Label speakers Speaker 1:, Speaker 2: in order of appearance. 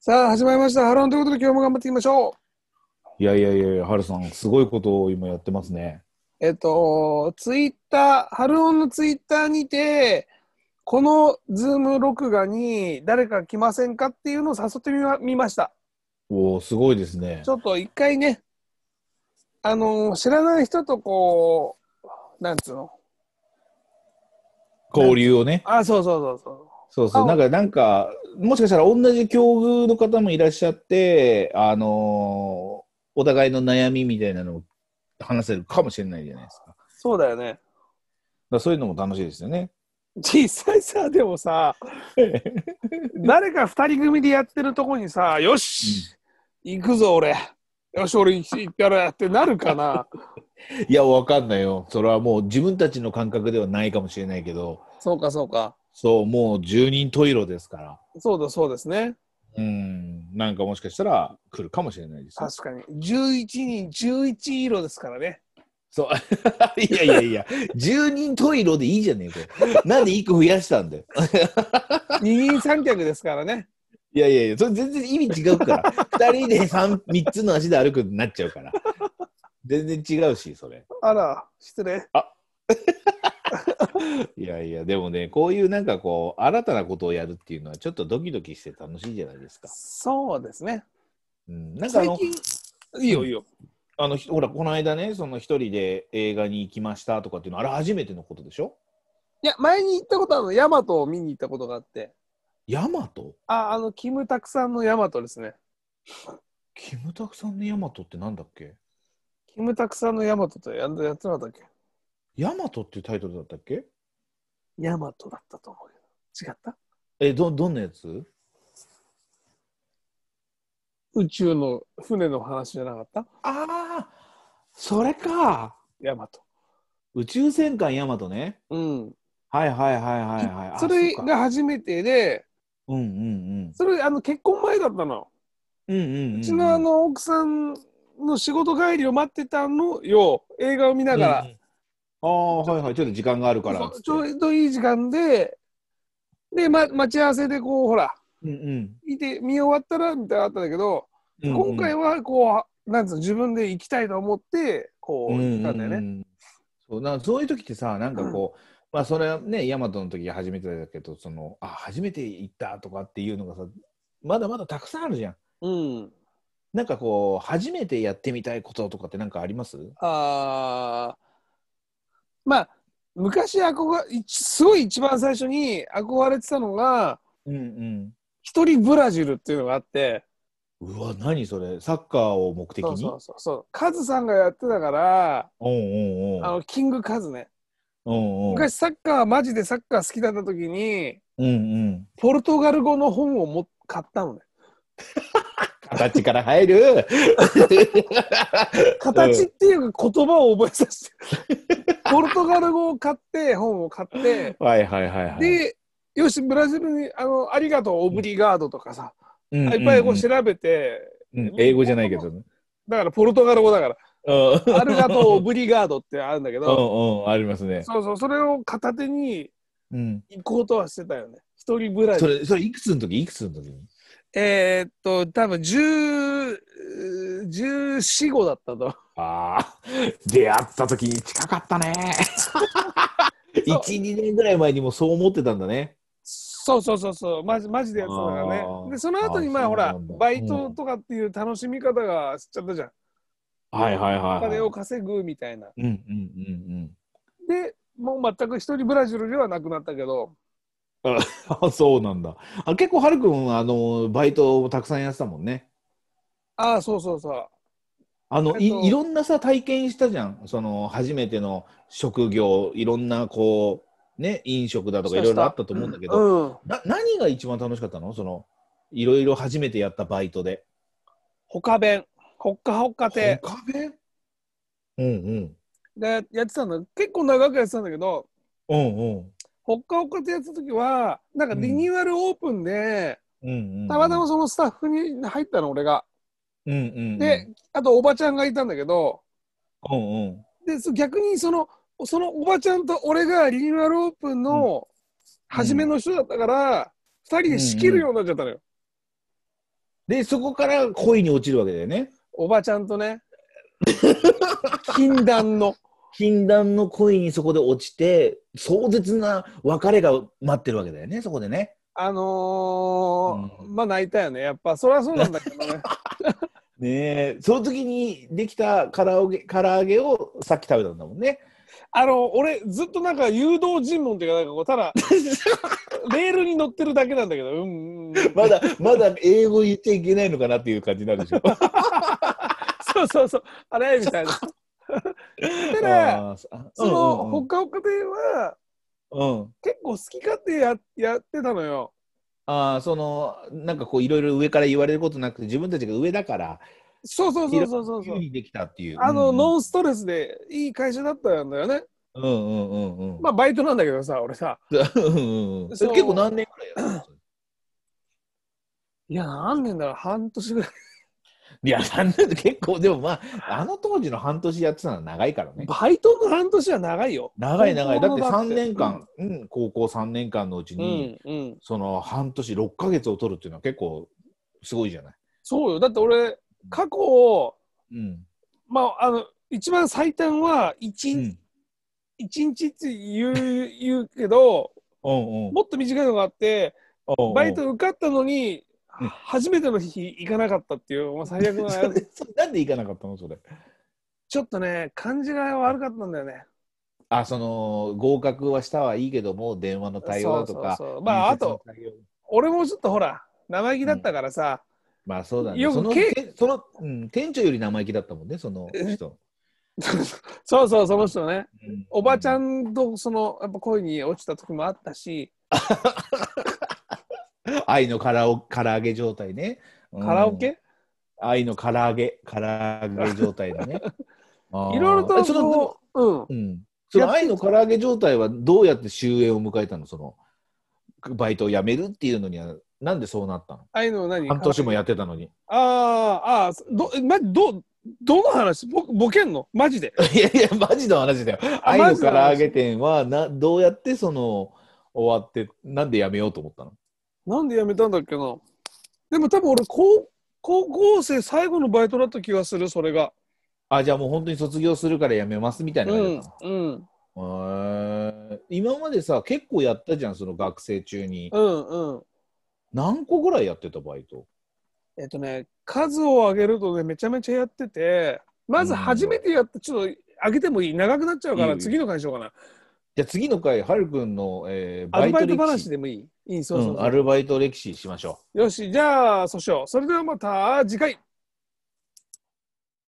Speaker 1: さあ、始まりました。ハロンということで、今日も頑張っていきましょ
Speaker 2: いやいやいやいや、ハルさん、すごいことを今やってますね。
Speaker 1: う。えっと、ツイッター、ハロンのツイッターにて、このズーム録画に誰か来ませんかっていうのを誘ってみま見ました。
Speaker 2: おお、すごいですね
Speaker 1: ち。ょっと一回ね、あのー知らない人とこう、なんつうの。
Speaker 2: 交流をね。
Speaker 1: あ、そうそうそうそう。
Speaker 2: そうそ
Speaker 1: あ
Speaker 2: う。なんか、なんか、もしかしたら同じ境遇の方もいらっしゃって、あのーお互いの悩みみたいなのを話せるかもしれないじゃないですか。だか
Speaker 1: そうだよね。
Speaker 2: らそういうのも楽しいですよ ね。
Speaker 1: 実際さ、でもさ、誰か二人組でやってるとこにさ、よし、行くぞ俺。よし、俺行ったらってなるかな。
Speaker 2: いや、わかんないよ。それはもう自分たちの感覚ではないかもしれないけど、
Speaker 1: そうか、そうか。
Speaker 2: そう、もう十人十色ですから。
Speaker 1: そうだ、そうですね。
Speaker 2: うん、なんかもしかしたら来るかもしれないですよ。
Speaker 1: 確かに。11人、11色ですからね。
Speaker 2: そう。 いやいやいや、10人トイロでいいじゃねえかよ。なんで1個増やしたんだよ。
Speaker 1: 二人三脚ですからね。
Speaker 2: いやいやいや、それ全然意味違うから。2人で 3, 3つの足で歩くになっちゃうから。全然違うし、それ。
Speaker 1: あら、失礼。
Speaker 2: いやいや、でもね、こういうなんかこう、新たなことをやるっていうのは、ちょっとドキドキして楽しいじゃないですか。
Speaker 1: そうですね。
Speaker 2: うん、なんかあ
Speaker 1: 最
Speaker 2: の、
Speaker 1: 近、いいよ、いいよ。
Speaker 2: あのひほら、この間ね、その1人で映画に行きましたとかっていうのは、あれ初めてのことでしょ
Speaker 1: いや、前に行ったことあるの、ヤマトを見に行ったことがあって。
Speaker 2: ヤマト
Speaker 1: あ、あの、キムタクさんのヤマトですね。
Speaker 2: キムタクさんのヤマトってなんだっけ
Speaker 1: キムタクさんのヤマトとやんやってなかったっけ
Speaker 2: ヤマトっていうタイトルだったっけ
Speaker 1: ヤマトだったと思うけど。違った
Speaker 2: え、ど、どんなやつ
Speaker 1: 宇宙の船の話じゃなかった
Speaker 2: ああ、それか。
Speaker 1: ヤマト。
Speaker 2: 宇宙戦艦ヤマトね。
Speaker 1: うん。
Speaker 2: はいはいはいはいはい。あ
Speaker 1: それ
Speaker 2: うか
Speaker 1: が初めてで、
Speaker 2: うんうん
Speaker 1: それ、あの、結婚前だったの。
Speaker 2: うん。うんうんうん、
Speaker 1: うちのあの奥さんの仕事帰りを待ってたのよ映画を見ながら
Speaker 2: うん、うんああ、はいはい。ちょっと時間があるから
Speaker 1: そう
Speaker 2: っつって。
Speaker 1: ちょうどいい時間でで、ま、待ち合わせでこうほら
Speaker 2: うんうん
Speaker 1: 見て見終わったらみたいなのあったんだけど、
Speaker 2: うんうん。
Speaker 1: 今回はこうなんつうの自分で行きたいと思ってこう行ったんだよね、
Speaker 2: うううそうなんかそういう時ってさ、なんかこう、まあそれはね、ヤマトの時が初めてだけど、その、あ、初めて行ったとかっていうのがさ、まだまだたくさんあるじゃん。
Speaker 1: うん、
Speaker 2: なんかこう、初めてやってみたいこととかってなんかあります
Speaker 1: あーまあ昔憧れ一すごい一番最初に憧れてたのが
Speaker 2: うんうん。
Speaker 1: 一人ブラジルっていうのがあって
Speaker 2: うわ、何それ、サッカーを目的
Speaker 1: そう
Speaker 2: に。
Speaker 1: そううそうそうカズさんがやってたから
Speaker 2: おうんうん
Speaker 1: あのキングカズね。
Speaker 2: うんうん。
Speaker 1: 昔サッカー、マジでサッカー好きだった時に、
Speaker 2: うんうん。
Speaker 1: ポルトガル語の本をも買ったのね。
Speaker 2: 形から 入る。
Speaker 1: 形っていうか言葉を覚えさ せて、ポルトガル語を買って、本を買って、
Speaker 2: うんはいはいはいはい。
Speaker 1: で、よし、ブラジルに、あの、ありがとう、オブリガードとかさ、
Speaker 2: うんうんうん、
Speaker 1: いっぱいこう調べて、
Speaker 2: うん英語じゃないけどね。
Speaker 1: だからポルトガル語だから、
Speaker 2: うんうん
Speaker 1: ありがとう、オブリガードってあるんだけど、
Speaker 2: うん、ありますね。
Speaker 1: そうそう、それを片手に
Speaker 2: うん。
Speaker 1: 行こうとはしてたよね。一人ブラジ
Speaker 2: そ
Speaker 1: ル。
Speaker 2: れ、それいくつの時、いくつの時に。
Speaker 1: えーっと、多分10、14、5だったと。
Speaker 2: ああ、出会った時に近かっ たね。
Speaker 1: そう
Speaker 2: 一二年ぐらい前にもそう思ってたんだね。
Speaker 1: そうそうそうそう、マジマジでやってたから
Speaker 2: あ
Speaker 1: ね。
Speaker 2: ー
Speaker 1: で、その後に、
Speaker 2: あ
Speaker 1: まあ、
Speaker 2: そ
Speaker 1: ほ
Speaker 2: うな
Speaker 1: ら
Speaker 2: んだ、
Speaker 1: バイトとかっていう楽しみ方が知っちゃったじゃん。
Speaker 2: はいはいは
Speaker 1: お
Speaker 2: い、はい。
Speaker 1: 金を稼ぐみたいな。
Speaker 2: うんうんうんうん。
Speaker 1: で、もう全く一人ブラジルではなくなったけど、
Speaker 2: あそうなんだ。あ結構、はるくん、あの、バイトをたくさんやってたもんね。
Speaker 1: ああ、そうそうそう。
Speaker 2: あの、い
Speaker 1: えっと
Speaker 2: いろんなさ、体験したじゃん。その、初めての職業、いろんな、こう、ね、飲食だと
Speaker 1: し
Speaker 2: か、
Speaker 1: た
Speaker 2: いろいろあったと思うんだけど、
Speaker 1: うん。
Speaker 2: な何が一番楽しかったのその、いろいろ初めてやったバイトで。
Speaker 1: ほか弁、ほっかほっかて、
Speaker 2: 他弁うんうん。
Speaker 1: で、やってたの、結構長くやってたんだけど、
Speaker 2: うんうん。
Speaker 1: ほっかほっかてやってた時は、なんかリニューアルオープンで、
Speaker 2: うんうん。
Speaker 1: たまたまそのスタッフに入ったの、俺が。
Speaker 2: うんうんうん。
Speaker 1: で、あとおばちゃんがいたんだけど、
Speaker 2: うんうん。
Speaker 1: でそ逆にそのそのおばちゃんと俺がリニューアルオープンの初めの人だったから、二人で仕切るようになっちゃったのよ。
Speaker 2: で、そこから恋に落ちるわけだよね。
Speaker 1: おばちゃんと ね禁断の
Speaker 2: 禁断の恋にそこで落ちて、壮絶な別れが待ってるわけだよね、そこでね。
Speaker 1: あのー
Speaker 2: う
Speaker 1: まあ泣いたよねやっぱそれはそうなんだけど ね
Speaker 2: ねえ、その時にできた唐揚げ唐揚げをさっき食べたんだもんね。
Speaker 1: あの俺ずっとなんか誘導尋問っていうかなんかこうた だレールに乗ってるだけなんだけどうん、うん、
Speaker 2: まだ、まだ英語言っちゃいけないのかなっていう感じになるでしょ。
Speaker 1: そうそうそうあれみたいなただ
Speaker 2: あーあ
Speaker 1: その、ほっかほか亭は
Speaker 2: うんうんうん、うん
Speaker 1: 結構好き勝手ややってたのよ
Speaker 2: あーそのなんかこういろいろ上から言われることなくて自分たちが上だから
Speaker 1: そうそうそうそうそうそ
Speaker 2: 有
Speaker 1: う
Speaker 2: 利にできたっていう
Speaker 1: あの、
Speaker 2: うん
Speaker 1: ノンストレスでいい会社だったんだよね
Speaker 2: うんうんうんうん
Speaker 1: まあバイトなんだけどさ俺さ
Speaker 2: うんうんうん
Speaker 1: そ
Speaker 2: そうれ結構何年ぐら いやる
Speaker 1: いや何年だろう半年ぐらい
Speaker 2: いや何年って結構でもまああの当時の半年やってたのは長いからね
Speaker 1: バイトの半年は長いよ
Speaker 2: 長い長いだっ
Speaker 1: 本
Speaker 2: て
Speaker 1: 当の
Speaker 2: 3年間、うん高校3年間のうち
Speaker 1: う
Speaker 2: に、
Speaker 1: んうん
Speaker 2: その半年6か月を取るっていうのは結構すごいじゃない、
Speaker 1: そうよだって俺過去を
Speaker 2: うん
Speaker 1: まああの一番最短は
Speaker 2: う
Speaker 1: 1,、
Speaker 2: ん、
Speaker 1: 一日って言う言うけど
Speaker 2: おう
Speaker 1: もっと短いのがあって
Speaker 2: おう
Speaker 1: バイト受かったのに
Speaker 2: うん
Speaker 1: 初めての日行かなかったっていう、もう最悪
Speaker 2: そ
Speaker 1: な
Speaker 2: れそれなんで行かなかったのそれ
Speaker 1: ちょっとね感じが悪かったんだよね
Speaker 2: あその合格はしたはいいけども電話の対応だとか
Speaker 1: そうそうそうまああと
Speaker 2: 面接の対応
Speaker 1: 俺もちょっとほら生意気だったからさ、
Speaker 2: まあそうだね
Speaker 1: よく
Speaker 2: その
Speaker 1: け
Speaker 2: てその、うん、店長より生意気だったもんねその人、
Speaker 1: そうそうその人ね
Speaker 2: うん
Speaker 1: おばちゃんとそのやっぱ恋に落ちた時もあったし、
Speaker 2: 愛のからお唐揚げ状態ね、うん
Speaker 1: カラオケ
Speaker 2: 愛の唐揚げ唐揚げ状態 だねあー
Speaker 1: いろいろと
Speaker 2: えその
Speaker 1: こううん
Speaker 2: うん、その愛の唐揚げ状態はどうやって終焉を迎えたのそのバイトを辞めるっていうのにはなんでそうなったの
Speaker 1: ああいうの何
Speaker 2: 半年もやってたのに
Speaker 1: ああああどえまどどの話ボボケんのマジで
Speaker 2: いやいやマジの話だよ
Speaker 1: あ
Speaker 2: 愛
Speaker 1: マ
Speaker 2: の
Speaker 1: ジ
Speaker 2: 唐
Speaker 1: の話
Speaker 2: 揚げ店はなどうやってその終わってなんで辞めようと思ったの
Speaker 1: なんで辞めたんだっけなでも多分俺高高校生最後のバイトだった気がするそれが
Speaker 2: あじゃあもう本当に卒業するから辞めますみたいうな感じだ
Speaker 1: ん
Speaker 2: ったの
Speaker 1: うん
Speaker 2: へー今までさ結構やったじゃんその学生中に
Speaker 1: うんうん
Speaker 2: 何個ぐらいやってたバイト
Speaker 1: えっとね数を上げるとねめちゃめちゃやっててまず初めてやったちょっと上げてもいい長くなっちゃうか
Speaker 2: いい
Speaker 1: ら
Speaker 2: よ
Speaker 1: 次の会しようかな
Speaker 2: じゃあ次の回はるくんの、えー
Speaker 1: ア
Speaker 2: バ
Speaker 1: ル
Speaker 2: イト
Speaker 1: バイト
Speaker 2: 歴
Speaker 1: 話
Speaker 2: 史
Speaker 1: でもいいいいそうそう
Speaker 2: う
Speaker 1: そ
Speaker 2: ん
Speaker 1: う
Speaker 2: アルバイト歴史しましょう
Speaker 1: よしじゃあそうしようそれではまた次回